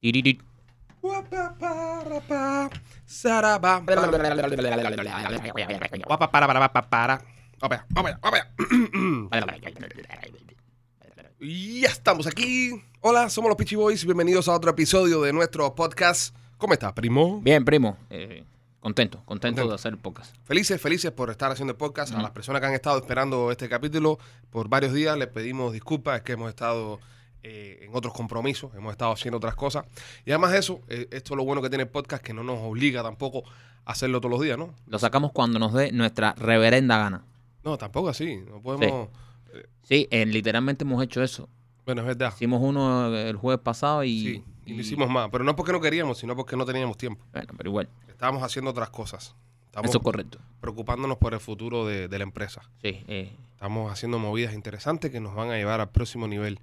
Tiririt. Guapaparapa, saraba. Guapaparapapapara. Vamos allá, vamos allá, vamos allá. Y Ya estamos aquí. Hola, somos los Peachy Boys. Bienvenidos a otro episodio de nuestro podcast. ¿Cómo estás, primo? Bien, primo. Eh, contento, contento, de hacer pocas. Felices, felices por estar haciendo el podcast. A las personas que han estado esperando este capítulo por varios días, les pedimos disculpas. Es que hemos estado eh, en otros compromisos, hemos estado haciendo otras cosas. Y además de eso, eh, esto es lo bueno que tiene el podcast, que no nos obliga tampoco a hacerlo todos los días, ¿no? Lo sacamos cuando nos dé nuestra reverenda gana. No, tampoco así. No podemos... Sí, eh, literalmente hemos hecho eso. Bueno, es verdad. Hicimos uno eh, el jueves pasado y. Sí, y no y- hicimos más. Pero no porque no queríamos, sino porque no teníamos tiempo. Bueno, pero igual. Estábamos haciendo otras cosas. Estamos Eso es correcto. preocupándonos por el futuro de, de la empresa. Sí. eh, Estamos haciendo movidas interesantes que nos van a llevar al próximo nivel.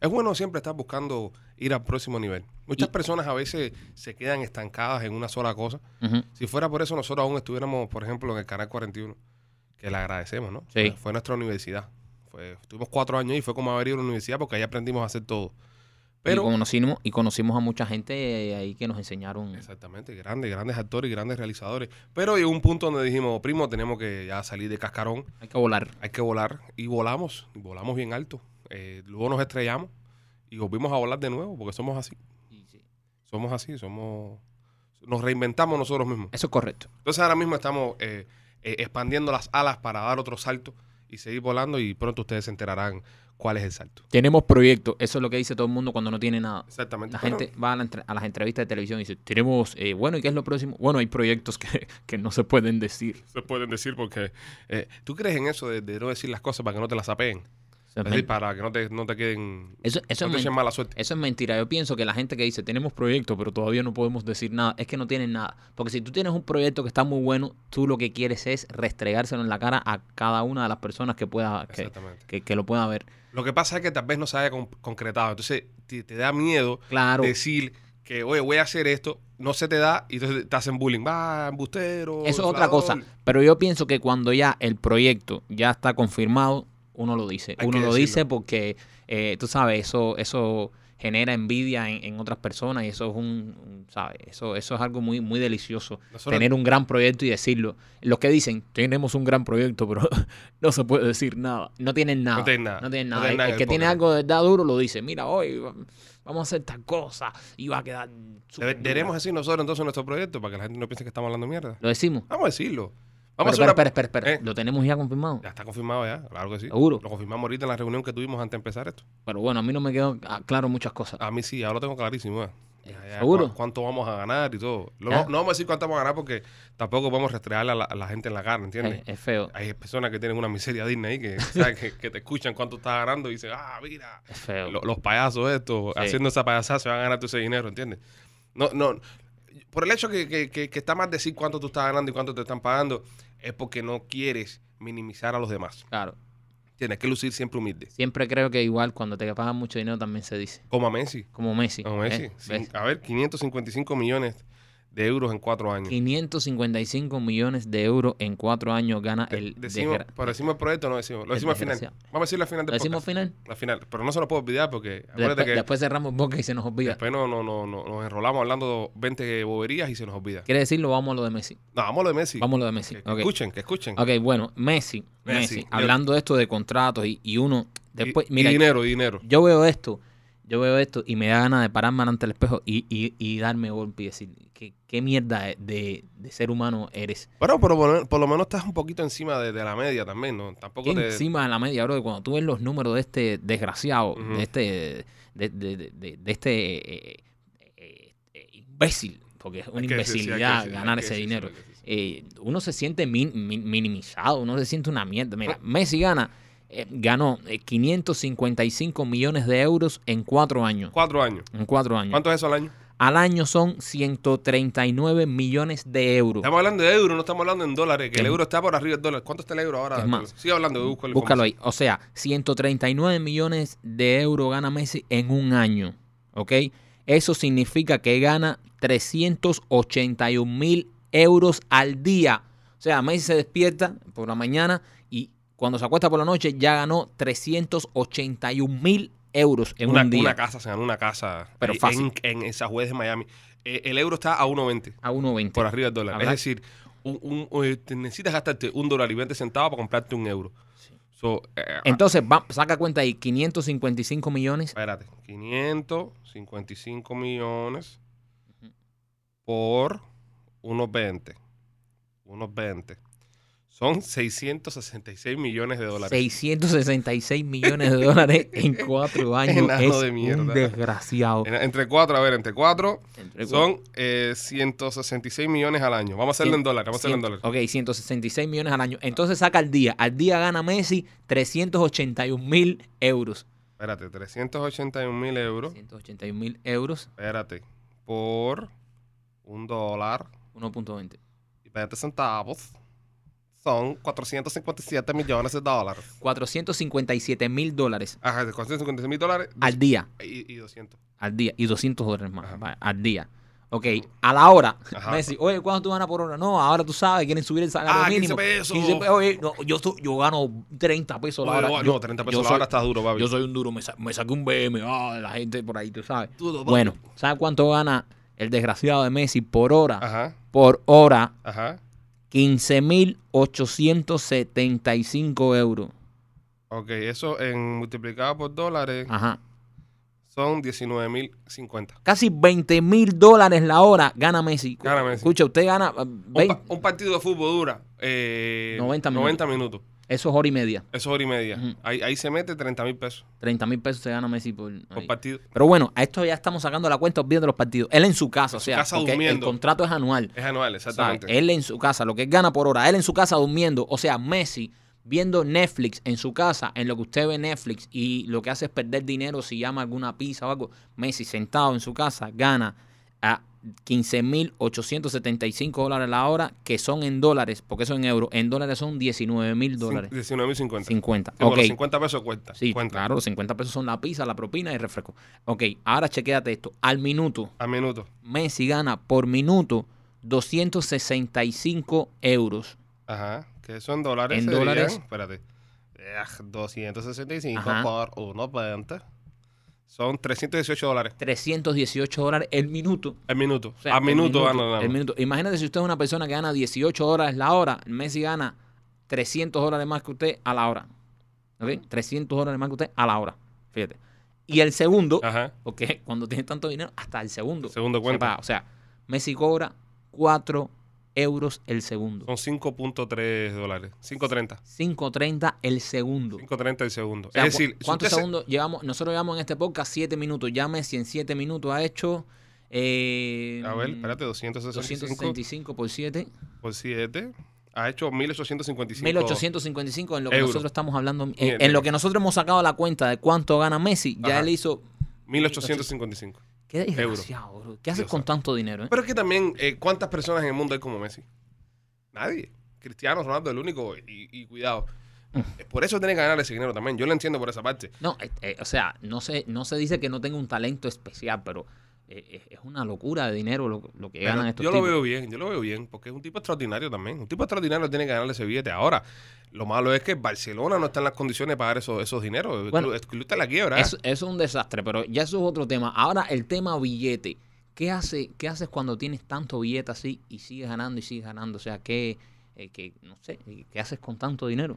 Es bueno siempre estar buscando ir al próximo nivel. Muchas Y- personas a veces se quedan estancadas en una sola cosa. ujú. Si fuera por eso, nosotros aún estuviéramos, por ejemplo, en el Canal 41, que le agradecemos, ¿no? Sí. Fue nuestra universidad. Fue, estuvimos cuatro años y fue como haber ido a la universidad porque ahí aprendimos a hacer todo. Pero y, conocimos, y conocimos a mucha gente eh, ahí que nos enseñaron. Exactamente, grandes, grandes actores y grandes realizadores. Pero llegó un punto donde dijimos, primo, tenemos que ya salir de cascarón, Hay que volar. hay que volar. Y volamos, y volamos bien alto. Eh, luego nos estrellamos y volvimos a volar de nuevo, porque somos así. Y sí, Somos así, somos... Nos reinventamos nosotros mismos. Eso es correcto. Entonces ahora mismo estamos eh, eh, expandiendo las alas para dar otro salto y seguir volando y pronto ustedes se enterarán cuál es el salto. Tenemos proyectos. Eso es lo que dice todo el mundo cuando no tiene nada. Exactamente. La Pero- gente va a, la entre- a las entrevistas de televisión y dice, tenemos, eh, bueno, ¿y qué es lo próximo? Bueno, hay proyectos que, que no se pueden decir. se pueden decir porque eh, tú crees en eso de, de no decir las cosas para que no te las sapeen. Es decir, para que no te, no te queden. Eso, eso no te es echen men- mala suerte. eso es mentira. Yo pienso que la gente que dice, tenemos proyectos, pero todavía no podemos decir nada, es que no tienen nada. Porque si tú tienes un proyecto que está muy bueno, tú lo que quieres es restregárselo en la cara a cada una de las personas que pueda que, Exactamente. que- que lo pueda ver. Lo que pasa es que tal vez no se haya con- concretado. Entonces te, te da miedo Claro. decir que, oye, voy a hacer esto, no se te da y entonces te hacen bullying. Va, embustero. Eso es otra cosa. inflador. Pero yo pienso que cuando ya el proyecto ya está confirmado, uno lo dice. Hay uno que lo decirlo. dice porque, eh, tú sabes, eso, eso genera envidia en, en otras personas y eso es un, un- ¿sabes? Eso, eso es algo muy, muy delicioso. Nosotros- Tener un gran proyecto y decirlo. Los que dicen, tenemos un gran proyecto, pero no se puede decir nada. No tienen nada. tienen nada. No tienen No nada. tienen El- nada el en que el tiene podcast. algo de verdad duro lo dice. Mira, hoy va- vamos a hacer tal cosa y va a quedar... Debe- superduro". Debemos decir nosotros entonces nuestro proyecto para que la gente no piense que estamos hablando mierda. Lo decimos. Vamos a decirlo. Pero, Vamos a hacer espera, una- espera, espera, espera. Eh. Lo tenemos ya confirmado. Ya está confirmado ya, claro que sí. Seguro. Lo confirmamos ahorita en la reunión que tuvimos antes de empezar esto. Pero bueno, a mí no me quedó ah, claro muchas cosas. A mí sí, ahora lo tengo clarísimo. ¿eh? Ya, ya, ¿Seguro? cua- ¿Cuánto vamos a ganar y todo? Lo- Ya. No, no vamos a decir cuánto vamos a ganar porque tampoco vamos a rastrear a la, a la gente en la cara, ¿entiendes? Es, Eh, es feo, Hay personas que tienen una miseria digna ahí que, ¿sabes? que, que te escuchan cuánto estás ganando y dicen, ah, mira, es feo. lo- los payasos estos, Sí. haciendo esa payasada se van a ganar todo ese dinero, ¿entiendes? No, no. Por el hecho que, que- que- que está mal decir cuánto tú estás ganando y cuánto te están pagando, es porque no quieres minimizar a los demás. Claro. Tienes que lucir siempre humilde. Siempre creo que igual cuando te pagan mucho dinero también se dice. Como a Messi. Como Messi. Como Messi. ¿eh? Cin- ¿Ves? a ver, 555 millones de euros en cuatro años. 555 millones de euros en cuatro años gana De- el... decimos, desgra- pero decimos el proyecto, no decimos. Lo El decimos al final. desgraciado. Vamos a decir la final ¿Lo del decimos podcast. final? La final. Pero no se lo puedo olvidar porque acuérdate Después, que después cerramos boca y se nos olvida. después no, no, no, no- nos enrolamos hablando 20 boberías y se nos olvida. Quiere decirlo, vamos a lo de Messi. No, vamos a lo de Messi. Vamos a lo de Messi. Que, que Ok. escuchen, que escuchen. Ok, bueno, Messi. Messi. Messi. Hablando de esto de contratos y, y uno... Y- Después, y mira, dinero, y dinero. yo veo esto, yo veo esto y me da ganas de pararme ante el espejo y, y- y darme golpe y decir, ¿qué, qué mierda de, de- de ser humano eres? Bueno, pero por, por lo menos estás un poquito encima de, de la media también, ¿no? Que Tampoco te... encima de la media, bro, cuando tú ves los números de este desgraciado, Ujú. de este, de, de- de- de- de este eh, eh, eh, imbécil, porque es una Hay que decir, sí, hay que imbecilidad decir, hay ganar que ese decir, dinero. hay que decir. eh, uno se siente min- min- minimizado, uno se siente una mierda. Mira, Messi gana, eh, ganó eh, 555 millones de euros en cuatro años. Cuatro años. En cuatro años. ¿Cuánto es eso al año? Al año son 139 millones de euros. Estamos hablando de euros, no estamos hablando en dólares, que el Es- euro está por arriba del dólar. ¿Cuánto está el euro ahora? Es más, Sigue hablando, busco la Búscalo ahí. O sea, 139 millones de euros gana Messi en un año. ¿Ok? Eso significa que gana 381 mil euros al día. O sea, Messi se despierta por la mañana y cuando se acuesta por la noche ya ganó 381 mil euros en una, un día. una casa, se ganó una casa Pero ahí fácil. en, en San Juan de Miami. Eh, el euro está a 1.20 a 1.20. por arriba del dólar. Habrá- Es decir, un- un- eh, te necesitas gastarte un dólar y 20 centavos para comprarte un euro. So, eh, Entonces, va- saca cuenta ahí, 555 millones. espérate, 555 millones por unos 20. Unos 20. Son 666 millones de dólares. 666 millones de dólares en cuatro años. Enano es de mierda. un desgraciado. En- Entre cuatro, a ver, entre cuatro Entre son eh, 166 millones al año. Vamos a hacerlo en dólares, vamos a hacerlo en dólares. Ok, 166 millones al año. Entonces saca al día. Al día gana Messi 381 mil euros. Espérate, 381 mil euros. 181 mil euros, Espérate, por un dólar 1.20. y 20 centavos son 457 millones de dólares. 457 mil dólares Ajá, de 457 mil dólares al día. y, y 200. Al día. Y 200 dólares más. Ajá. vaya, al día. Ok, a la hora. Ajá. Messi, oye, ¿cuánto tú ganas por hora? No, ahora tú sabes, quieren subir el salario Ah, 15 mínimo. pesos. pe- Oye, no, yo, so- yo gano 30 pesos la Oye, hora. oye, Yo- no, 30 yo pesos la soy- hora está duro, papi. Yo soy un duro, me, sa- me saqué un BM, ah, la gente por ahí, tú sabes. Duro, papi. Bueno, ¿sabes cuánto gana el desgraciado de Messi por hora? Ajá, Por hora, ajá. 15.875 euros. Ok, eso en multiplicado por dólares Ajá. son 19 mil 50. Casi 20 mil dólares la hora gana Messi. Gana Messi. Escucha, usted gana ah, Un, 20, pa- un partido de fútbol dura eh, 90 minutos. minutos. eso es hora y media. Eso es hora y media. Ujú. ahí, ahí se mete 30 mil pesos 30 mil pesos se gana Messi por... por ahí. partido. Pero bueno, a esto ya estamos sacando la cuenta viendo los partidos. Él en su casa, o sea, casa porque el durmiendo. contrato es anual. Es anual, exactamente. O sea, Él en su casa, lo que él gana por hora, él en su casa durmiendo, o sea, Messi viendo Netflix en su casa, en lo que usted ve Netflix y lo que hace es perder dinero si llama alguna pizza o algo, Messi sentado en su casa gana a 15.875 dólares la hora, que son en dólares, porque eso en euros, en dólares son 19.000 dólares. 19.050. 50. Sí, por ok. los 50 pesos cuenta. Sí, cuenta. claro, los 50 pesos son la pizza, la propina y refresco. Ok, ahora chequéate esto. Al minuto, A minuto. Messi gana por minuto 265 euros. Ajá. Que son dólares. En serían- dólares. Espérate. Ej, 265 Ajá. por 1.20. Son 318 dólares. 318 dólares el minuto. Al minuto. O sea, a el minuto, gana nada el más. minuto. Imagínate si usted es una persona que gana 18 dólares la hora, Messi gana 300 dólares más que usted a la hora. ¿Ok? 300 dólares más que usted a la hora. Fíjate. Y el segundo, Ajá. porque cuando tiene tanto dinero, hasta el segundo. Ah. Segundo se cuenta. paga. O sea, Messi cobra 4 euros el segundo. Son 5.3 dólares. 5.30. 5.30 el segundo. 5.30 el segundo. O sea, es decir, si ¿cu- ¿cuántos usted se- segundos llevamos? Nosotros llevamos en este podcast 7 minutos. Ya Messi en 7 minutos ha hecho. eh, mm, A ver, espérate, 265 265 por 7. por 7 ha hecho 1.855. 1855 en lo que Euros. nosotros estamos hablando. En, Mierda. en lo que nosotros hemos sacado la cuenta de cuánto gana Messi, ya Ajá. él hizo. 1.855. Qué desgraciado, bro. ¿Qué haces Dios con santo. tanto dinero? eh? Pero es que también, eh, ¿cuántas personas en el mundo hay como Messi? Nadie. Cristiano Ronaldo es el único y, y cuidado. Mm. Eh, Por eso tiene que ganar ese dinero también. Yo lo entiendo por esa parte. No, eh, eh, o sea, no se, no se dice que no tenga un talento especial, pero eh, eh, es una locura de dinero lo, lo que Pero ganan estos yo lo tipos. veo bien, yo lo veo bien, porque es un tipo extraordinario también. Un tipo extraordinario tiene que ganarle ese billete. Ahora, lo malo es que Barcelona no está en las condiciones de pagar esos, esos dineros. El Bueno, club- el club está en la quiebra. Eso, eso es un desastre, pero ya eso es otro tema. Ahora el tema billete. ¿Qué, hace, qué haces cuando tienes tanto billete así y sigues ganando y sigues ganando? O sea, ¿qué, eh, qué- no sé, eh, ¿qué haces con tanto dinero?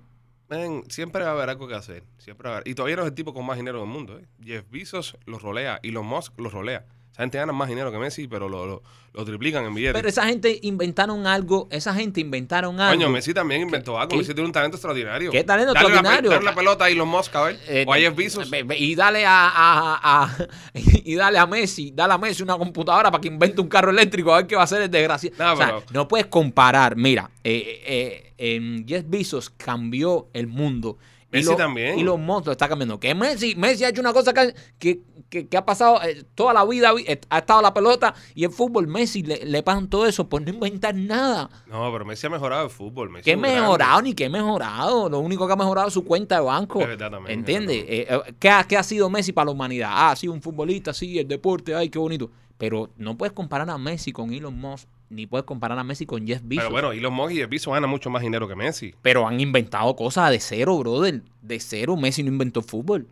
Men, siempre va a haber algo que hacer. Siempre va a haber. Y todavía no es el tipo con más dinero del mundo. ¿eh? Jeff Bezos los rolea y los Musk los rolea. Esa gente gana más dinero que Messi, pero lo, lo- lo triplican en billetes. Pero esa gente inventaron algo, esa gente inventaron algo. Coño, Messi también inventó algo. qué- Messi tiene un talento extraordinario. ¿Qué talento Dale la pe- extraordinario? dale la pelota a Elon Musk, a ver. Eh, o a Jeff Bezos. ve- ve- Y dale a, a- a- y dale a Messi, dale a Messi una computadora para que invente un carro eléctrico, a ver qué va a hacer el desgraciado. No, o sea, pero- no puedes comparar. Mira, eh, eh, eh, Jeff Bezos cambió el mundo. Messi y lo, también. Y los monstruos está cambiando. Que Messi, Messi ha hecho una cosa que, que, que- que ha pasado eh, toda la vida, vi- eh, ha estado la pelota y el fútbol. Messi le, le pagan todo eso por no inventar nada. No, pero Messi ha mejorado el fútbol. Messi Que es he un grande. mejorado ni que he mejorado. Lo único que ha mejorado es su cuenta de banco. Es verdad también, ¿Entiendes? es verdad Eh, eh, ¿qué, ha- qué ha sido Messi para la humanidad? Ah, ha sido un futbolista, sí, el deporte, ay, qué bonito. Pero no puedes comparar a Messi con Elon Musk, ni puedes comparar a Messi con Jeff Bezos. Pero Pero, bueno, Elon Musk y Jeff Bezos ganan mucho más dinero que Messi. han inventado cosas de cero, brother. De cero, Messi no inventó fútbol.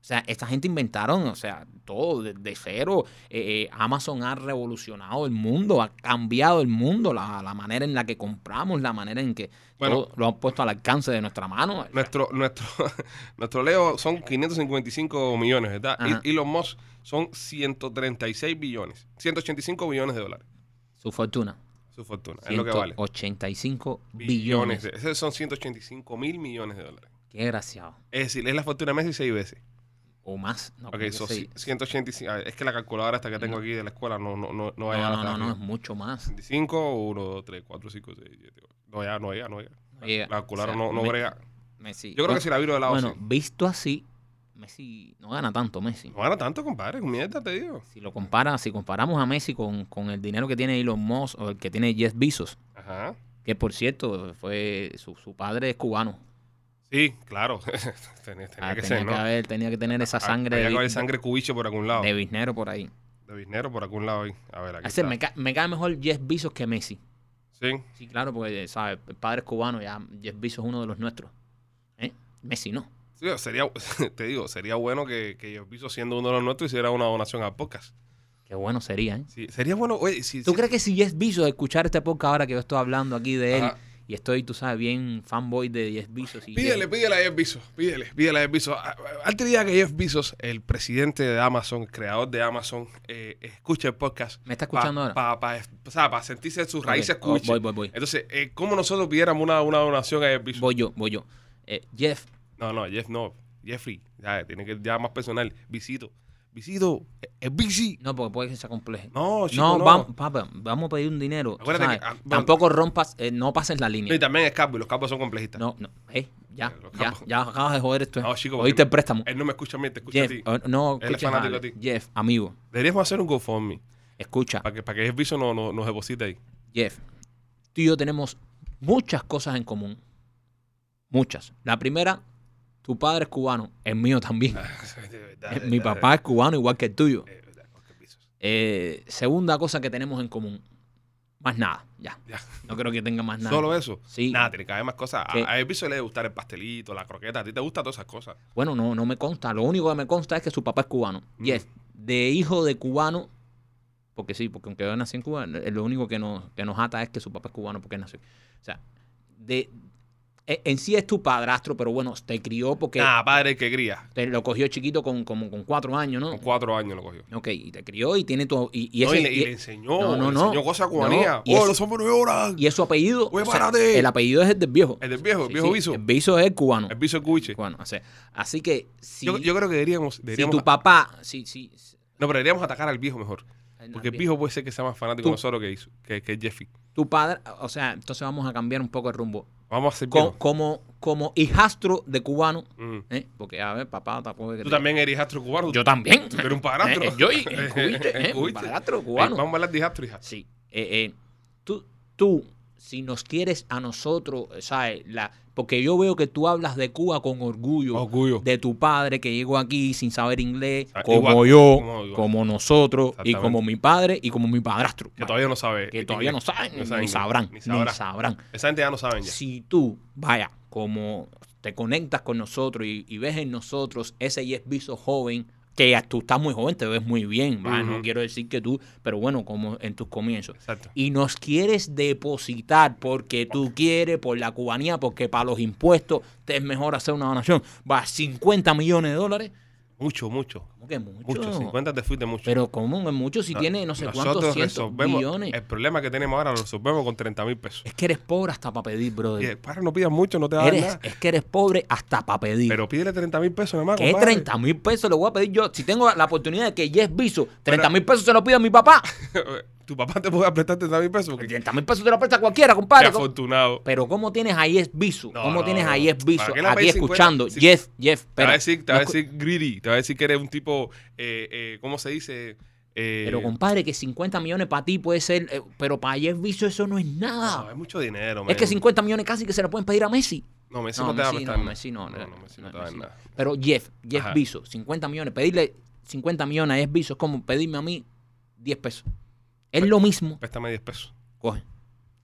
O sea, esta gente inventaron, o sea, todo desde cero. Eh, eh, Amazon ha revolucionado el mundo, ha cambiado el mundo, la, la manera en la que compramos, la manera en que Bueno. todo lo han puesto al alcance de nuestra mano. Nuestro, nuestro, nuestro Leo son 555 millones, ¿verdad? Ajá. Y Elon Musk son 136 billones, 185 billones de dólares. Su fortuna. Su fortuna, es lo que vale. 85 billones. Billones. de- esos son 185 mil millones de dólares. Qué desgraciado. Es decir, es la fortuna de Messi seis veces. O más. No, pues, ok, creo que son sí. 185. ah, Es que la calculadora hasta que tengo No. aquí de la escuela no, no, no, no no, va a llegar no, hasta no, no, es arriba. mucho más. 25, 1, 2, 3, 4, 5, 6, 7, 8. No llega, no llega, no llega. No llega. La calculadora Eh, O sea, no, no me- brega. Messi. Yo creo que si la viro de lado, Bueno, sí. visto así, Messi no gana tanto, Messi. No gana tanto, compadre. Mierda, te digo. Si lo compara, si comparamos a Messi con, con el dinero que tiene Elon Musk o el que tiene Jeff Bezos, Ajá. que por cierto, fue su, su padre es cubano. Sí, claro. tenía tenía Ah, que tenía, ser, que ¿no? haber, tenía que tener esa Ah, sangre de, Tenía que haber sangre cubicho por algún lado. de De, biznero por ahí. bisnero por algún lado ahí. A ver, aquí. Así, está. me, ca- me cae mejor Jeff Bezos que Messi. Sí. Sí, claro, porque, ¿sabes? El padre es cubano, ya Jeff Bezos es uno de los nuestros. ¿Eh? Messi no. Sí, sería, te digo, sería bueno que, que yo piso siendo uno de los nuestros hiciera una donación a pocas. Qué bueno sería, ¿eh? Sí, sería bueno, oye, si, ¿Tú si- crees que si Jeff Bezos, de escuchar este podcast ahora que yo estoy hablando aquí de él, Ajá. y estoy, tú sabes, bien fanboy de Jeff Bezos? Y Pídele, que- pídele a Jeff Bezos, pídele, pídele a Jeff Bezos. A- a- Antes de que Jeff Bezos, el presidente de Amazon, creador de Amazon, eh, escuche el podcast. ¿Me está escuchando ahora? Para sentirse sus raíces Ok, oh, cubichas. voy, voy, voy. Entonces, eh, ¿cómo nosotros pidiéramos una, una donación a Jeff Bezos? Voy yo, voy yo. Eh, Jeff, No, no, Jeff no. Jeffrey, ya, tiene que ya más personal. Visito. Visito, eh, es bici. no, porque puede que se compleje. No, chico, No, no. vam- papá, vamos a pedir un dinero. tú Acuérdate sabes. que, ah, bueno. Tampoco rompas, eh, no pases la No, y línea. también es capo, y los capos son complejistas. No, no, eh, ya, Los ya, capos. ya acabas de joder esto. eh. No, chico, porque Oíste el préstamo. Él no me escucha a mí, te escucha Jeff, a ti. oh, no, Él es escuches, Ale. fanático a ti. Jeff, amigo, Deberíamos hacer un GoFundMe escucha, para que, para que Jeff Bezos no, no- nos deposite ahí. Jeff, tú y yo tenemos muchas cosas en común. Muchas. La primera, tu padre es cubano, el mío también. De verdad, Eh, de Mi verdad, papá es cubano igual que el tuyo. de verdad, Oscar Bezos. Eh, segunda cosa que tenemos en común. Más nada, ya. Ya. No creo que tenga más nada. Solo eso. Sí. Nada, tiene que haber más cosas. A, ¿Qué? a Jeff Bezos le debe gustar el pastelito, la croqueta. A ti te gustan todas esas cosas. Bueno, no, no me consta. Lo único que me consta es que su papá es cubano. Mm. Jeff, de hijo de cubano, porque sí, porque aunque yo nací en Cuba, eh, lo único que nos, que nos ata es que su papá es cubano porque él nació. O sea, de, e- en sí es tu padrastro, pero bueno, te crió porque Nada, padre que cría. te lo cogió chiquito con, como con cuatro años, ¿no? Con cuatro años lo cogió. Ok, y te crió y tiene tu... Y, y No, ese- y, le, y y- e, le enseñó, No, no, le no. enseñó cosas No, cubanías. y ¡Oh, es- los hombres no lloran! y es su apellido. Güey, o sea, párate. el apellido es el del viejo. El del viejo, el Sí, viejo sí, Bizo. El viso es el cubano. El Bizo es cubiche. Cubano, o sea, así que si, Yo, yo creo que deberíamos... si deberíamos tu papá... Si, si, no, pero deberíamos atacar al viejo mejor. Porque el viejo puede ser que sea más fanático Tú- de nosotros que, hizo, que, que Jeffy. Tu padre, o sea, entonces vamos a cambiar un poco el rumbo. Vamos a ser Co- viejos. como, como hijastro de cubano, Mm. ¿eh? porque a ver, papá tampoco es que Tú te- también eres hijastro cubano. Yo también. Tú eres un padrastro. Eh, eh, yo y el cubite, eh, Cubite. padrastro Ey, cubano. vamos a hablar de hijastro, hija. Sí. eh, eh, tú, tú, si nos quieres a nosotros, ¿sabes? La, porque yo veo que tú hablas de Cuba con orgullo. Orgullo. De tu padre que llegó aquí sin saber inglés, Ah, como igual, yo, como como, yo. nosotros, y Exactamente. como mi padre y como mi padrastro. Que todavía no sabe. Que todavía no saben, No ni saben, sabrán, ni ni sabrá. sabrán. Esa gente ya no saben ya. Si tú, vaya, como te conectas con nosotros y, y ves en nosotros ese Jeff Bezos joven, que ya tú estás muy joven, te ves muy bien, ¿va? no Ujú. quiero decir que tú, pero bueno, como en tus comienzos. Exacto. Y nos quieres depositar porque tú quieres, por la cubanía, porque para los impuestos te es mejor hacer una donación. Va, 50 millones de dólares. Mucho, mucho. ¿Cómo que mucho? Mucho. 50 te fuiste mucho. Pero ¿cómo que mucho si No, tiene no sé cuántos nosotros cientos resolvemos- eh, millones? El problema que tenemos ahora lo resolvemos con 30 mil pesos. Es que eres pobre hasta para pedir, brother. Y el padre no pidas mucho, no te va a dar Eres, nada. es que eres pobre hasta para pedir. Pero pídele 30 mil pesos nada más. ¿Qué compadre. 30 mil pesos le voy a pedir yo? Si tengo la oportunidad de que Jeff Bezos, 30 Pero- mil pesos se lo pida a mi papá. tu papá te puede prestar 30 mil pesos. Porque 30 mil pesos te lo presta cualquiera, qué compadre. ¿Cómo- afortunado. Pero ¿cómo tienes a Jeff Bezos? No, ¿Cómo no, tienes a no. Jeff Bezos ¿Para qué le aquí pedís escuchando? 50? Jeff, Jeff, Te va espera. a decir, te va a No escu- decir greedy. Te va a decir que eres un tipo, eh, eh, ¿cómo se dice? Eh, Pero compadre, que 50 millones para ti puede ser, eh, pero para Jeff Bezos eso no es no, nada. es mucho dinero, Ah. es que man. 50 millones casi que se lo pueden pedir a Messi. No, Messi no, te va a Messi prestar no, nada. Messi no, no, eh, no, Messi no, no te va a dar Messi no. nada. Pero Jeff, Jeff Ajá. Bezos, 50 millones. Pedirle 50 millones a Jeff Bezos es como pedirme a mí 10 pesos. Es lo mismo. Préstame 10 pesos. Coge.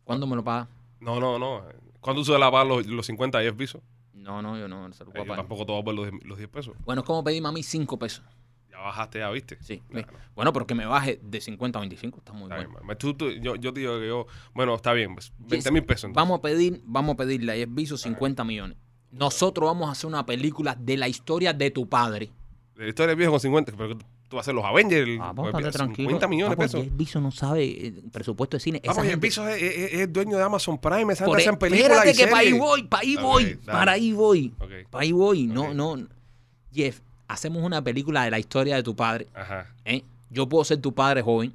¿Cuándo me lo paga? No, no, no. ¿Cuándo se la pagar los, los 50 a 10 pisos? No, no, yo no, no se lo Eh, voy a yo pagar. tampoco te voy a poner los, die- los 10 pesos. Bueno, es como pedirme a mí 5 pesos. Ya bajaste, ya viste. Sí. Ya, sí. Bueno, pero que me baje de 50 a 25 está muy Está bien, pues, bueno. ma- tú- tú- yo, yo te digo que yo, bueno, está bien, pues, 20 mil pesos. entonces. Vamos a pedir, vamos a pedirle a Jeff Bezos 50 millones. Nosotros vamos a hacer una película de la historia de tu padre. La historia del viejo con 50, pero tú vas a hacer los Avengers. el- Vamos, el- Ah, estate tranquilo. 50 pues, millones de Papo, pesos. Jeff Bezos no sabe el presupuesto de cine. Esa Vamos, y el gente- piso es, es- es- es dueño de Amazon Prime, esa gente Por- e hacen películas espérate y que para ahí series. voy, para ahí Ok, voy, dale. para ahí voy. Ok, Para ahí voy. No, Ok. no. Jeff, hacemos una película de la historia de tu padre. ajá, ¿eh? Yo puedo ser tu padre joven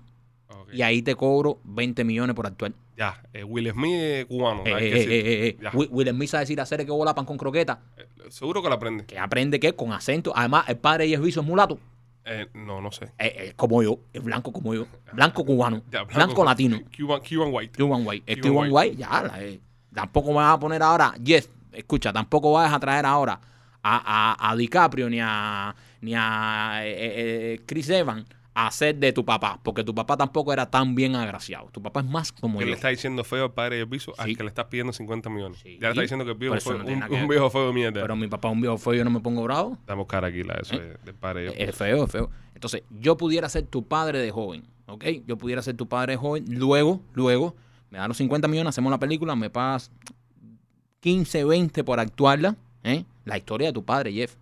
ok. y ahí te cobro 20 millones por actuar. Ya, eh, Will Smith eh, cubano. Eh, hay que eh, decir. eh, eh, eh. Ya. Will- Will Smith sabe decir hacer que bola pan con croqueta. Eh, Seguro que la aprende. Que aprende que con acento. Además, el padre de Jeff Bezos es mulato. Eh, no, no sé. Eh, eh, como yo, es blanco como yo. Blanco cubano. Ya, blanco, latino. Cuban, Cuban White. Cuban White. Es Cuban Cuban White, ya. la- eh. Tampoco me vas a poner ahora, Jeff, escucha, tampoco vas a traer ahora a, a- a DiCaprio ni a, ni a eh, eh, Chris Evans a ser de tu papá, porque tu papá tampoco era tan bien agraciado. Tu papá es más como Que yo. le está diciendo feo al padre del piso al Sí. que le estás pidiendo 50 millones. Sí. Ya le está diciendo que el viejo Pero eso fue no tiene un, nada que un ver. viejo feo de mierda. Pero Eh, mi papá es un viejo feo, yo no me pongo bravo. Damos cara aquí la eso de- del padre del Es feo, es feo. Entonces, yo pudiera ser tu padre de joven, ¿ok? Yo pudiera ser tu padre de joven. Luego, luego, me dan los 50 millones, hacemos la película, me pagas 15, 20 por actuarla, ¿eh? La historia de tu padre, Jeff.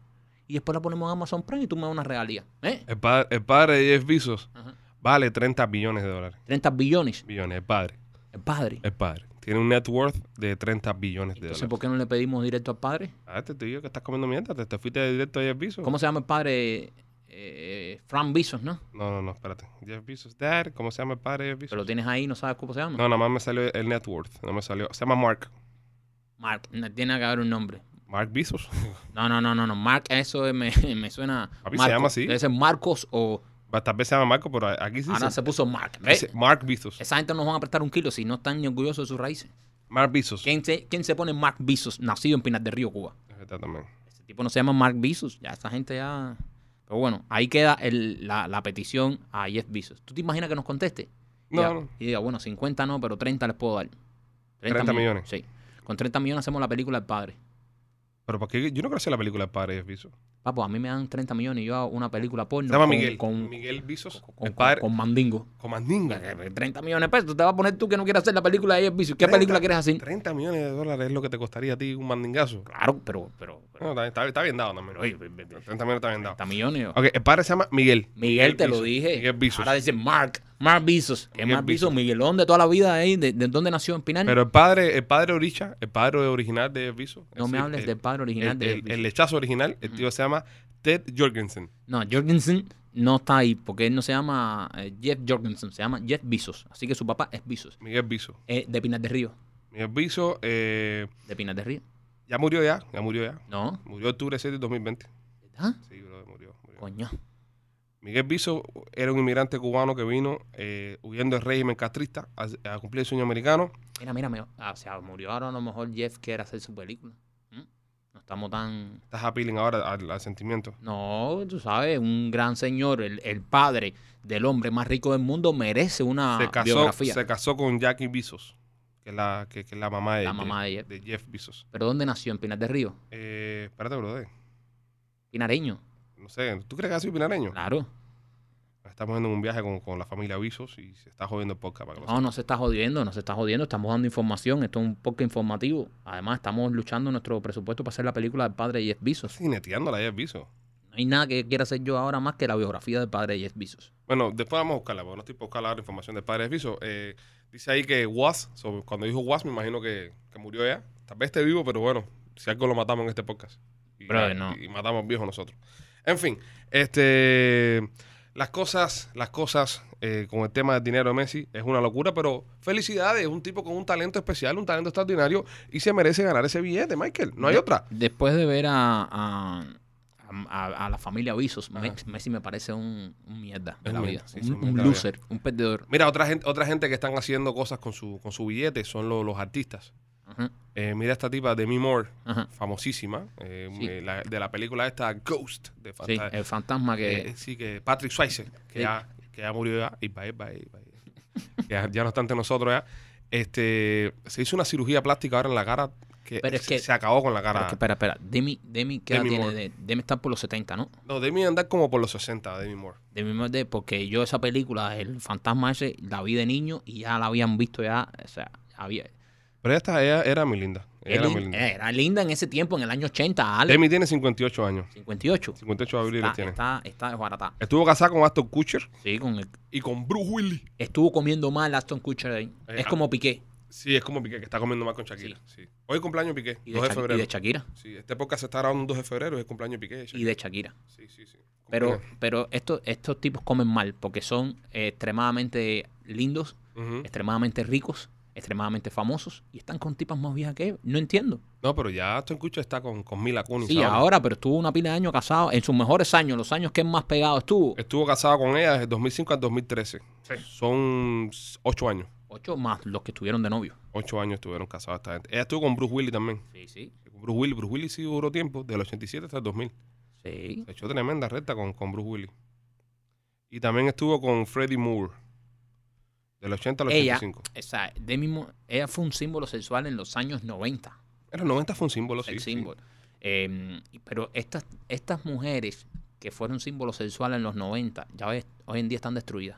Y después la ponemos en Amazon Prime y tú me das una realía, ¿eh? El, pa- el padre de Jeff Bezos Ajá. vale 30 billones de dólares. 30 billones, Billones, el padre. el padre. El padre. Tiene un net worth de 30 billones de Entonces, ¿por dólares. qué no le pedimos directo al padre? Ah, te digo que estás comiendo mierda. Te, te fuiste directo a Jeff Bezos. ¿Cómo se llama el padre? Eh, Frank Bison, ¿no? No, no, no, espérate. Jeff Bezos, dad. ¿Cómo se llama el padre de Jeff Pero lo Bezos? tienes ahí, no sabes cómo se llama. No, nada más me salió el net worth. No me salió. Se llama Mark. Mark, no tiene que haber un nombre. Mark Bezos. No, no, no, no, no. Mark, eso me, me suena. Papi, se Marcos. llama así. Debe ser Marcos o. Tal vez se llama Marco, pero aquí sí ahora se- Ah, se puso Mark. ¿Ves? dice Mark Bezos. Esa gente nos van a prestar un kilo si no están ni orgullosos de sus raíces. Mark Bezos. ¿Quién se, quién se pone Mark Bezos, nacido en Pinar del Río, Cuba? Es verdad también. Ese tipo no se llama Mark Bezos. Ya, esa gente ya. Pero bueno, ahí queda el- la, la petición a Jeff Bezos. ¿Tú te imaginas que nos conteste? Y No, ya- no. Y diga, bueno, 50 no, pero 30 les puedo dar. 30 mi- millones. Sí. Con 30 millones hacemos la película del padre. Pero ¿por qué? Yo no creo que sea la película del padre de Jeff Bezos. Papo, a mí me dan 30 millones y yo hago una película porno. Se llama con- Miguel. con- Miguel Bezos. con- el con- padre. con Mandingo. con Eh, Mandinga. 30 millones de pesos. Te vas a poner tú que no quieres hacer la película de Jeff Bezos. ¿Qué 30, película quieres hacer? 30 millones de dólares es lo que te costaría a ti un mandingazo. Claro, pero, pero, pero, No, está, está- está bien dado también. pero, oye, ve- ve- ve, 30 millones está bien dado. 30 millones. Ok, el padre se llama Ah, Miguel. Miguel, te lo Bezos. dije. Miguel Bezos. Ahora dice Mark. Mark Bezos. Que Miguel Mark Bezos, Miguelón de toda la vida ahí. ¿De, de dónde nació en Pinal? Pero el padre, el padre Oricha, el padre original de Jeff Bezos. es no me decir, hables el- del padre original el, de Jeff el- Bezos. el lechazo original, el tío se llama Ted Jorgensen. No, Jorgensen no está ahí porque él no se llama eh, Jeff Jorgensen, se llama Jeff Bezos. Así que su papá es Bezos. Miguel Bezos. Eh, de Pinar de Río. Miguel Bezos eh, De Pinar de Río. ya murió ya, ya murió ya. No. Murió octubre 7 de 2020. ¿Ah? Sí, bro, murió. murió. Coño. Miguel Biso era un inmigrante cubano que vino eh, huyendo del régimen castrista a, a cumplir el sueño americano. Mira, mira, me- ah, o sea, murió ahora a lo mejor Jeff quiere hacer su película. ¿Mm? No estamos tan... Estás appealing ahora al, al sentimiento. No, tú sabes, un gran señor, el, el padre del hombre más rico del mundo merece una se, casó, Ah, biografía. se casó con Jackie Bisos, que es la, que, que es la mamá de, La mamá de Jeff. Jeff Bisos. ¿Pero dónde nació? ¿En Pinar del Río? Eh, espérate, brother. ¿Pinareño? No sé, ¿tú crees que soy pinareño? Claro. Estamos en un viaje con, con la familia Bisos y se está jodiendo el podcast. Para que lo No, no se está jodiendo, no se está jodiendo. Estamos dando información, esto es un poco informativo. Además, estamos luchando nuestro presupuesto para hacer la película del padre de Jeff Bezos. sepas. Cineteando la Jeff Bisos. No hay nada que quiera hacer yo ahora más que la biografía del padre de Jeff Bezos. Bueno, después vamos a buscarla, porque no estoy para buscar la información del padre de Fiso. Eh, dice ahí que Was, so, cuando dijo Was, me imagino que, que murió ya. Tal vez esté vivo, pero bueno, si algo lo matamos en este podcast. Y, Brother, no. y matamos viejos nosotros. En fin, este las cosas, las cosas eh, con el tema del dinero de Messi es una locura, pero felicidades, un tipo con un talento especial, un talento extraordinario, y se merece ganar ese billete, Michael. No hay De- otra. Después de ver a, a, a- a la familia Bezos, Me- Messi me parece un, un mierda de Un la mierda, vida. sí, sí, un, un un mierda de la loser, un perdedor. Mira, otra gente, otra gente que están haciendo cosas con su, con su billete son lo- los artistas. Ajá, Eh, mira esta tipa, Demi Moore. ajá. famosísima, eh, Sí. eh, la- de la película esta Ghost de Sí, Fanta- el fantasma que... eh, sí, que Patrick Swayze, Sí. que, ya, que ya murió ya, y bye, bye, bye. ya, ya no está ante nosotros ya. Este, se hizo una cirugía plástica ahora en la cara que, Pero es se, que- se acabó con la cara. Pero es que, espera, espera. Demi, Demi ¿qué edad Demi tiene? Moore. De- Demi está por los 70, ¿no? No, Demi andar como por los 60, Demi Moore. Demi Moore, de- porque yo esa película, El fantasma ese, la vi de niño y ya la habían visto ya, o sea, había... Pero ella, está- ella era muy linda. Ella Era, era muy lin- linda. era linda en ese tiempo, en el año 80, Ale. Demi tiene 58 años. 58. 58 de abril Está, tiene. está, está desbaratada. Estuvo casada con Aston Kutcher Sí, con el- y con Bruce Willis. estuvo comiendo mal Aston Kutcher ahí. Eh, es ah. como Piqué Sí, es como Piqué, que está comiendo más con Shakira. sí. Hoy es cumpleaños de Piqué, y de, 2 de Shak- y febrero. de Shakira. Sí, este podcast se está grabando un 2 de febrero, es el cumpleaños de Piqué. Y de Shakira. Sí, sí, sí. Pero, Cumpleaños. pero estos, estos tipos comen mal porque son eh, extremadamente lindos, Ujú. extremadamente ricos, extremadamente famosos y están con tipas más viejas que ellos. No entiendo. No, pero ya Aston Kutcher está con, con Mila Kunis. Sí, ahora, pero estuvo una pila de años casado. En sus mejores años, los años que más pegado estuvo. Estuvo casado con ella desde 2005 al 2013. Son 8 años. Ocho más los que estuvieron de novio. 8 años estuvieron casados esta gente. Ella estuvo con Bruce Willis también. Sí, sí. Con Bruce Willis. Bruce Willis sí duró tiempo, del 87 hasta el 2000. Sí. Se echó tremenda recta con, con Bruce Willis. Y también estuvo con Freddie Moore. Del 80 al Ella. 85. Esa, Demi Moore, ella fue un símbolo sexual en los años 90. En los 90 fue un símbolo, sí. el sí. símbolo. Eh, pero estas, estas mujeres que fueron símbolo sexual en los 90, ya ves, hoy en día están destruidas.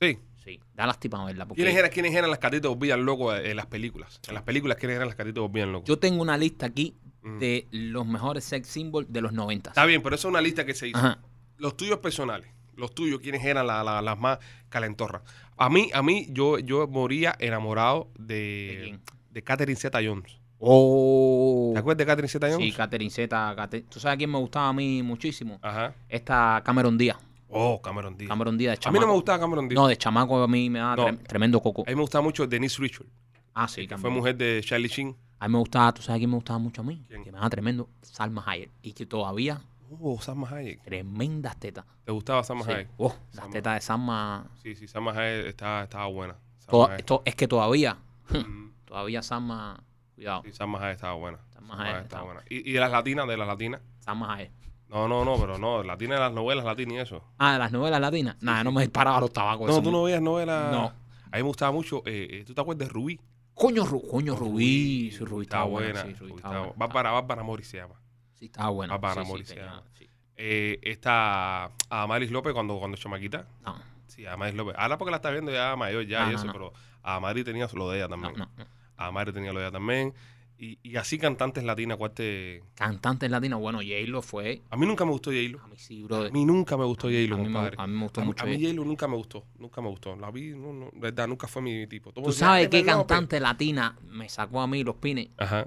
Sí. Sí. Da lástima verla. Porque ¿Quiénes eran, quiénes eran las catitas bobillas loco eh, en las películas? En las películas, ¿quiénes eran las catitas bobillas loco? Yo tengo una lista aquí Mm. de los mejores sex symbols de los 90. Está bien, pero esa es una lista que se hizo. Ajá. Los tuyos personales. Los tuyos, ¿quiénes eran la- la- las más calentorras? A mí, a mí yo, yo moría enamorado ¿De de, quién? de Catherine Zeta-Jones. Oh. ¿Te acuerdas de Catherine Zeta-Jones? Sí, Catherine Zeta. Cate- ¿Tú sabes quién me gustaba a mí muchísimo? Ajá. Esta Cameron Díaz. Oh, Cameron Díaz. Cameron Díaz de A chamaco. mí no me gustaba Cameron Díaz. No, de chamaco a mí me da No. trem- tremendo coco. A mí me gustaba mucho Denise Richard, Ah, sí, que Cameron. fue mujer de Charlie Sheen. A mí me gustaba, ¿tú sabes quién me gustaba mucho a mí? ¿Quién? Que me da tremendo. Salma Hayek. Y que todavía Oh, Salma Hayek. tremendas tetas. ¿Te gustaba Salma Sí. Hayek? Oh, las Salma. tetas de Salma. Sí, sí, Salma Hayek estaba, estaba buena. Salma Toda- Hayek. esto, es que todavía, Mm, todavía Salma. Cuidado, Sí, Salma Hayek estaba buena. Salma Hayek estaba estaba- buena. ¿Y, y de las latinas, de las latinas? Salma Hayek. No, no, no, pero no, latinas de las novelas latinas y eso. Ah, de las novelas latinas. Nada, no me disparaba los tabacos. No, eso tú me- no veías novelas. No. A mí me gustaba mucho. eh, eh, ¿Tú te acuerdas de Rubí? Coño, Ru- coño Rubí. Sí, Rubí estaba buena. Sí, Rubí Rubí estaba estaba- buena. Bárbara, Bárbara Mori se llama. Sí, estaba buena. Papá, sí, la sí, Mauricio, tenía- ya. sí. Eh, esta Amalis López cuando, cuando chamaquita. No, Sí, Amalis López. Ahora porque la está viendo ya mayor ya No, y no, eso, no. pero Amari tenía lo de ella no, también. no, no. Amari tenía lo de ella también. Y, y así cantantes latinas, ¿cuál te- Cantantes latinos, bueno, J-Lo fue. A mí nunca me gustó J-Lo. A mí sí, brother. A mí nunca me gustó J-Lo, A mí me- compadre. a mí me gustó a, mucho A mí J-Lo. J-Lo nunca me gustó, nunca me gustó. La vi, no, no, verdad, nunca fue mi tipo. Todo ¿Tú decía, sabes "Pepe qué López". cantante latina me sacó a mí los pines? Ajá.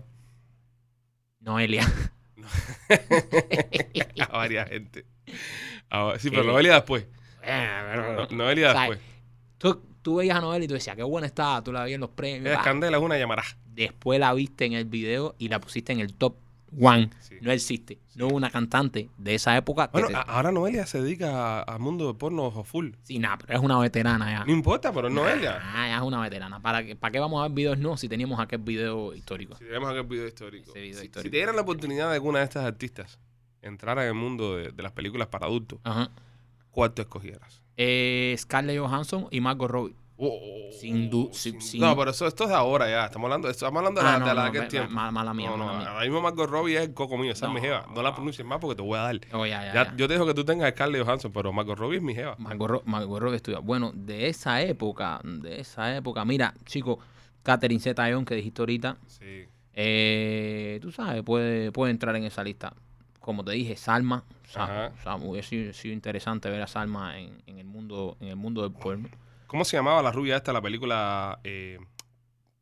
Noelia. a varias gente. A- sí, ¿Qué? pero Noelia después. No- Eh, Noelia O sea, después. tú, tú veías a Noel y tú decías, qué buena está, tú la veías en los premios. Ella ah, Candela es una llamará. Después la viste en el video y la pusiste en el top one. Sí. No existe. No hubo una cantante de esa época. que Bueno, ah. te- a- ahora Noelia se dedica a- al mundo de porno full. Sí, nada, pero es una veterana ya. No importa, pero es Noelia. Ah, ya es una veterana. ¿Para qué, ¿Para qué vamos a ver videos nuevos si teníamos aquel video histórico? Si tenemos aquel video histórico. Ese video si, histórico. si te dieran la oportunidad de alguna de estas artistas entrar en el mundo de, de las películas para adultos, Ajá. ¿cuál tú escogieras? Eh, Scarlett Johansson y Margot Robbie. Oh, Sin du- sin- sin- Ah, No, pero eso, esto es de ahora ya. Estamos hablando, esto- estamos hablando de la, no, de no, la de aquel me- tiempo. ma- mala mía, no, no, mala mía. ahora mismo Margot Robbie es el coco mío, esa No. es mi jeva. No la pronuncies más porque te voy a dar. Oh, ya, ya, Ya, ya. Yo te dejo que tú tengas a Scarlett Johansson, pero Margot Robbie es mi jeva. Margot, Ro- Margot Robbie estudia. Bueno, de esa época, de esa época, mira, chico, Catherine Zeta-Jones que dijiste ahorita, Sí. Eh, tú sabes, puede, puede entrar en esa lista. Como te dije, Salma. Salma, Ajá. Salma, hubiera sido, sido interesante ver a Salma en, en el mundo en el mundo del porno. ¿Cómo se llamaba la rubia esta, la película eh,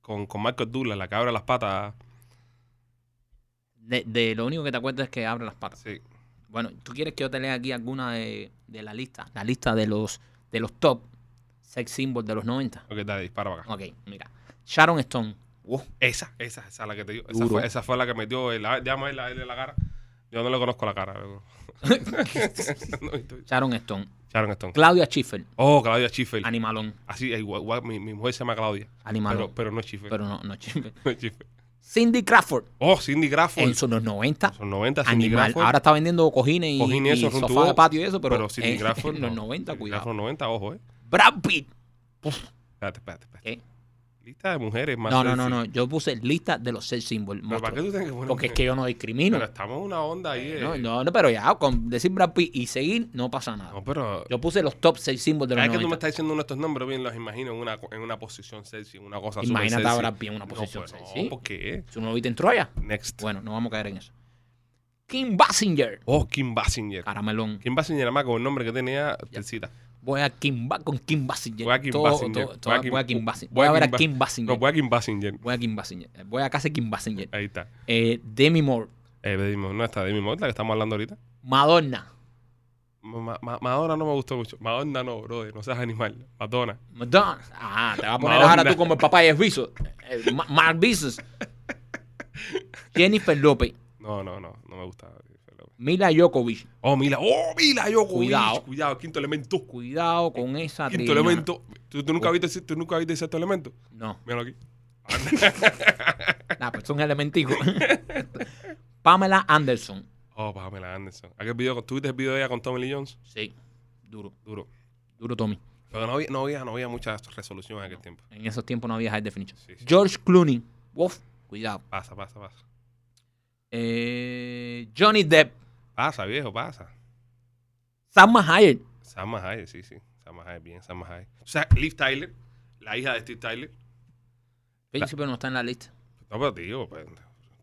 con, con Michael Douglas, la que abre las patas? De, de lo único que te acuerdas es que abre las patas. Sí. Bueno, ¿tú quieres que yo te lea aquí alguna de, de la lista? La lista de los, de los top sex symbols de los 90. Ok, dale, dispara para acá. Ok, mira. Sharon Stone. Esa, esa, esa es la que te dio. Esa Duro. fue, esa fue la que metió el. a ver, Déjame ver la, verle la cara. Yo no le conozco la cara. loco. No, estoy- Sharon Stone. Sharon Stone. Claudia Schiffer. Oh, Claudia Schiffer. Animalón. Así, eh, igual, igual, mi, mi mujer se llama Claudia. Animalón. Pero, Pero, pero no es Schiffer. no, no Schiffer. No es Schiffer. Cindy Crawford. Oh, Cindy Crawford. En los 90 Son 90, Cindy animal. Crawford. Ahora está vendiendo cojines y, Cojín y y eso, es un sofá tubo, de patio y eso, pero, pero Cindy eh, Crawford. en los no. 90, Cindy cuidado. Crawford 90, ojo, eh. Brad Pitt. Espérate, espérate, espérate. ¿Qué? Lista de mujeres más. Eh. No, no, no, sexy. no. Yo puse lista de los sex symbols. Pero ¿Para qué monstruo. tú tienes que poner Porque es que yo no discrimino. Pero estamos en una onda ahí. eh. No, no, no, pero ya, con decir Brad Pitt y seguir, no pasa nada. No, pero. Yo puse los top seis símbolos de los Cada vez que tú 90. me estás diciendo uno de estos nombres, bien los imagino en una, en una posición sexy, en una cosa súper Imagínate sexy. a Brad Pitt en una posición no, pues, sexy. No, ¿por qué? ¿Tú no lo viste en Troya? Next. Bueno, no vamos a caer en eso. Kim Basinger. Oh, Kim Ah. Basinger. Caramelón. Kim Basinger, además, con el nombre que tenía, te cita. Voy a Kim Ba- con Kim Basinger. Voy a Kim Todo- Basinger. todo- todo- Voy a Kim Basinger. Voy voy a a ver a Kim Ba- Kim Basinger. No, fue a Kim Basinger. Voy a Kim Basinger. eh, Voy a casa de Kim Basinger. Ahí está. Eh, Demi Moore. Eh, pedimos, no está Demi Moore, la que estamos hablando ahorita. Madonna. Ma- Ma- Madonna no me gustó mucho. Madonna no, brother, no seas animal. Madonna. Madonna. Ah, te vas a poner Madonna. ahora tú como el papá de Bezos. Eh, Ma- Mark Bezos. Jennifer López. No, no, no, no me gusta. Mila Jokovic. Oh, Mila. Oh, Mila, yo Cuidado. Cuidado, quinto elemento. Cuidado con esa Quinto trillona. elemento. ¿Tú, tú nunca viste, ese- ¿Tú nunca viste sexto elemento? No, Míralo aquí. nah, pues es un elementico. Pamela Anderson. Oh, Pamela Anderson. Aquel video, ¿tú viste el video de ella con Tommy Lee Jones? Sí, duro, Duro. duro Tommy. Pero no había, no había, no había mucha resolución en aquel tiempo. En esos tiempos no había high definition. Sí, sí. George Clooney. Uf, cuidado. Pasa, pasa, pasa. Eh, Johnny Depp. Pasa, viejo, pasa. Salma Hayek. Salma Hayek, sí, sí. Salma Hayek, bien, Salma Hayek. O sea, Liv Tyler, la hija de Steve Tyler. Oye, sí, pero no está en la lista. No, pero te digo, pues,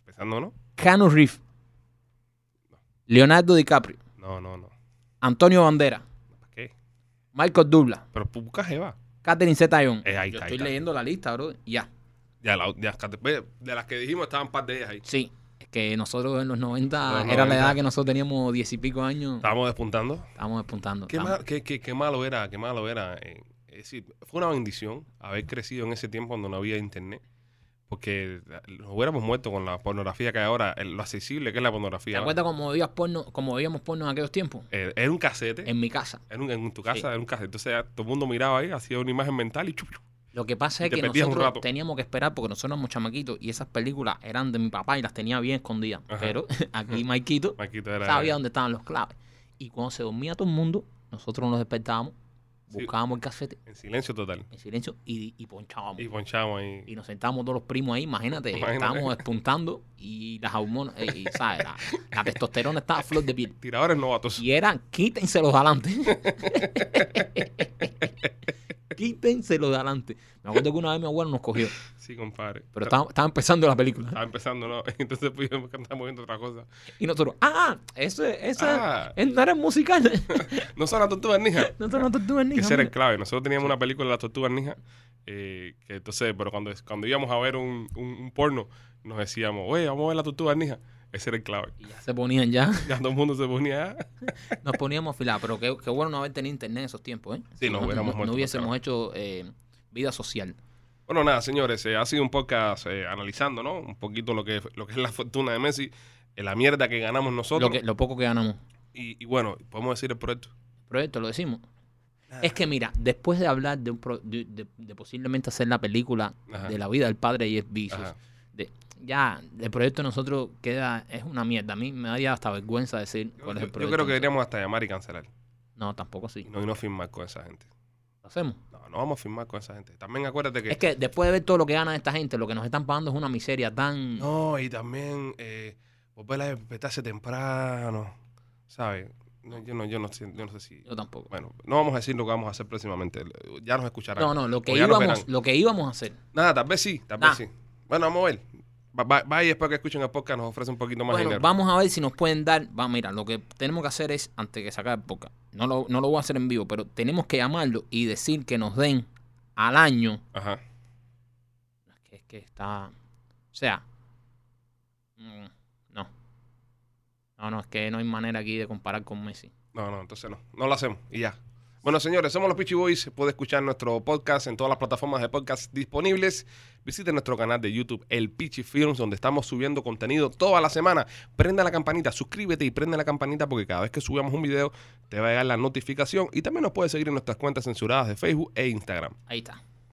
empezando, ¿no? Cano Reef. Leonardo DiCaprio. No, no, no. Antonio Bandera. ¿Para qué? Michael Douglas. Pero busca Jeva. Catherine Zeta-Jones. Eh, ahí Yo está, ahí estoy está. leyendo la lista, bro. Ya. Ya, la, ya, ve, de las que dijimos estaban un par de ellas ahí. Sí. Es que nosotros en los 90 Los era la 90. edad que nosotros teníamos diez y pico años. Estábamos despuntando. Estábamos despuntando. Qué, estábamos- mal- qué, qué- qué malo era, qué malo era. eh, es decir, fue una bendición haber crecido en ese tiempo cuando no había internet. Porque nos hubiéramos muerto con la pornografía que hay ahora, el- lo accesible que es la ¿Te pornografía. ahora. acuerdas cómo veías porno, cómo veíamos porno en aquellos tiempos? Eh, era un casete. En mi casa. Era un- en tu casa, Sí. era un casete. Entonces ya todo el mundo miraba ahí, hacía una imagen mental y chup, chup. Lo que pasa Y es te que perdías un nosotros rato. teníamos que esperar porque nosotros éramos chamaquitos y esas películas eran de mi papá y las tenía bien escondidas. Ajá. Pero aquí Maikito Maquito era. sabía dónde estaban los claves. Y cuando se dormía todo el mundo, nosotros nos despertábamos, Sí. buscábamos el casete En silencio total. en silencio y, y ponchábamos. Y Y, ponchamos ahí. nos sentábamos todos los primos ahí, imagínate, Imagínate. estábamos despuntando y las hormonas, eh, y, ¿sabes? La, la testosterona estaba a flor de piel. Tiradores novatos. Y eran, quítense los de adelante. quítense los de adelante. Me acuerdo que una vez mi abuelo nos cogió, Sí, compadre. pero estaba, estaba empezando la película. Estaba empezando, ¿no? Entonces pues, estamos viendo otra cosa. Y nosotros, ah, ese, ese, Ah. él no era musical. No son las tortugas ninja. nosotros no tortugas ni Que ese era el clave. Nosotros teníamos una película de las tortugas ninja. eh, que entonces, pero cuando, cuando íbamos a ver un, un- un porno, nos decíamos, oye, vamos a ver la tortuga ninja. Ese era el clave. Y ya se ponían ya, Ya todo el mundo se ponía. "Ah". nos poníamos a filar, pero qué, qué bueno no haber tenido internet en esos tiempos, ¿eh? Sí, nos hubiéramos no, muerto, hubiésemos hecho eh, vida social. Bueno, nada, señores, eh, ha sido un podcast eh, analizando, ¿no? Un poquito lo que, lo que es la fortuna de Messi, eh, la mierda que ganamos nosotros. Lo, que, lo poco que ganamos. Y, y bueno, podemos decir el proyecto. proyecto, lo decimos. Ah. Es que mira, después de hablar de, un pro- de, de- de posiblemente hacer la película Ajá. de la vida del padre y es Bezos, Ajá. de- ya el proyecto de nosotros queda, es una mierda. A mí me da ya hasta vergüenza decir Yo, cuál es el yo proyecto. creo que de nosotros. deberíamos hasta llamar y cancelar. No, tampoco Y así. no, y no firmar con esa gente. Lo hacemos. No, no vamos a firmar con esa gente. También acuérdate que... Es que después de ver todo lo que gana esta gente, lo que nos están pagando es una miseria tan. No, y también eh, volver a despertarse temprano, ¿sabes? No, yo, no, yo, no sé, yo no sé si... Yo tampoco. Bueno, no vamos a decir lo que vamos a hacer próximamente. Ya nos escucharán. No, no, lo que, O ya nos íbamos, verán. lo que íbamos a hacer. Nada, tal vez sí, tal Nah. vez sí. Bueno, vamos a ver. Va, va- va y después que escuchen el podcast nos ofrece un poquito más bueno, dinero. vamos a ver si nos pueden dar. Va, mira, lo que tenemos que hacer es, antes que sacar el podcast, no lo, no lo voy a hacer en vivo, pero tenemos que llamarlo y decir que nos den al año. Ajá. Que es que está. O sea. mm, No. No, no, es que no hay manera aquí de comparar con Messi. No, no, entonces no. No lo hacemos y ya. Bueno, señores, somos los Peachy Boys. Puede escuchar nuestro podcast en todas las plataformas de podcast disponibles. Visite nuestro canal de YouTube, El Peachy Films, donde estamos subiendo contenido toda la semana. Prenda la campanita, suscríbete y prende la campanita porque cada vez que subamos un video te va a llegar la notificación. Y también nos puedes seguir en nuestras cuentas censuradas de Facebook e Instagram. Ahí está.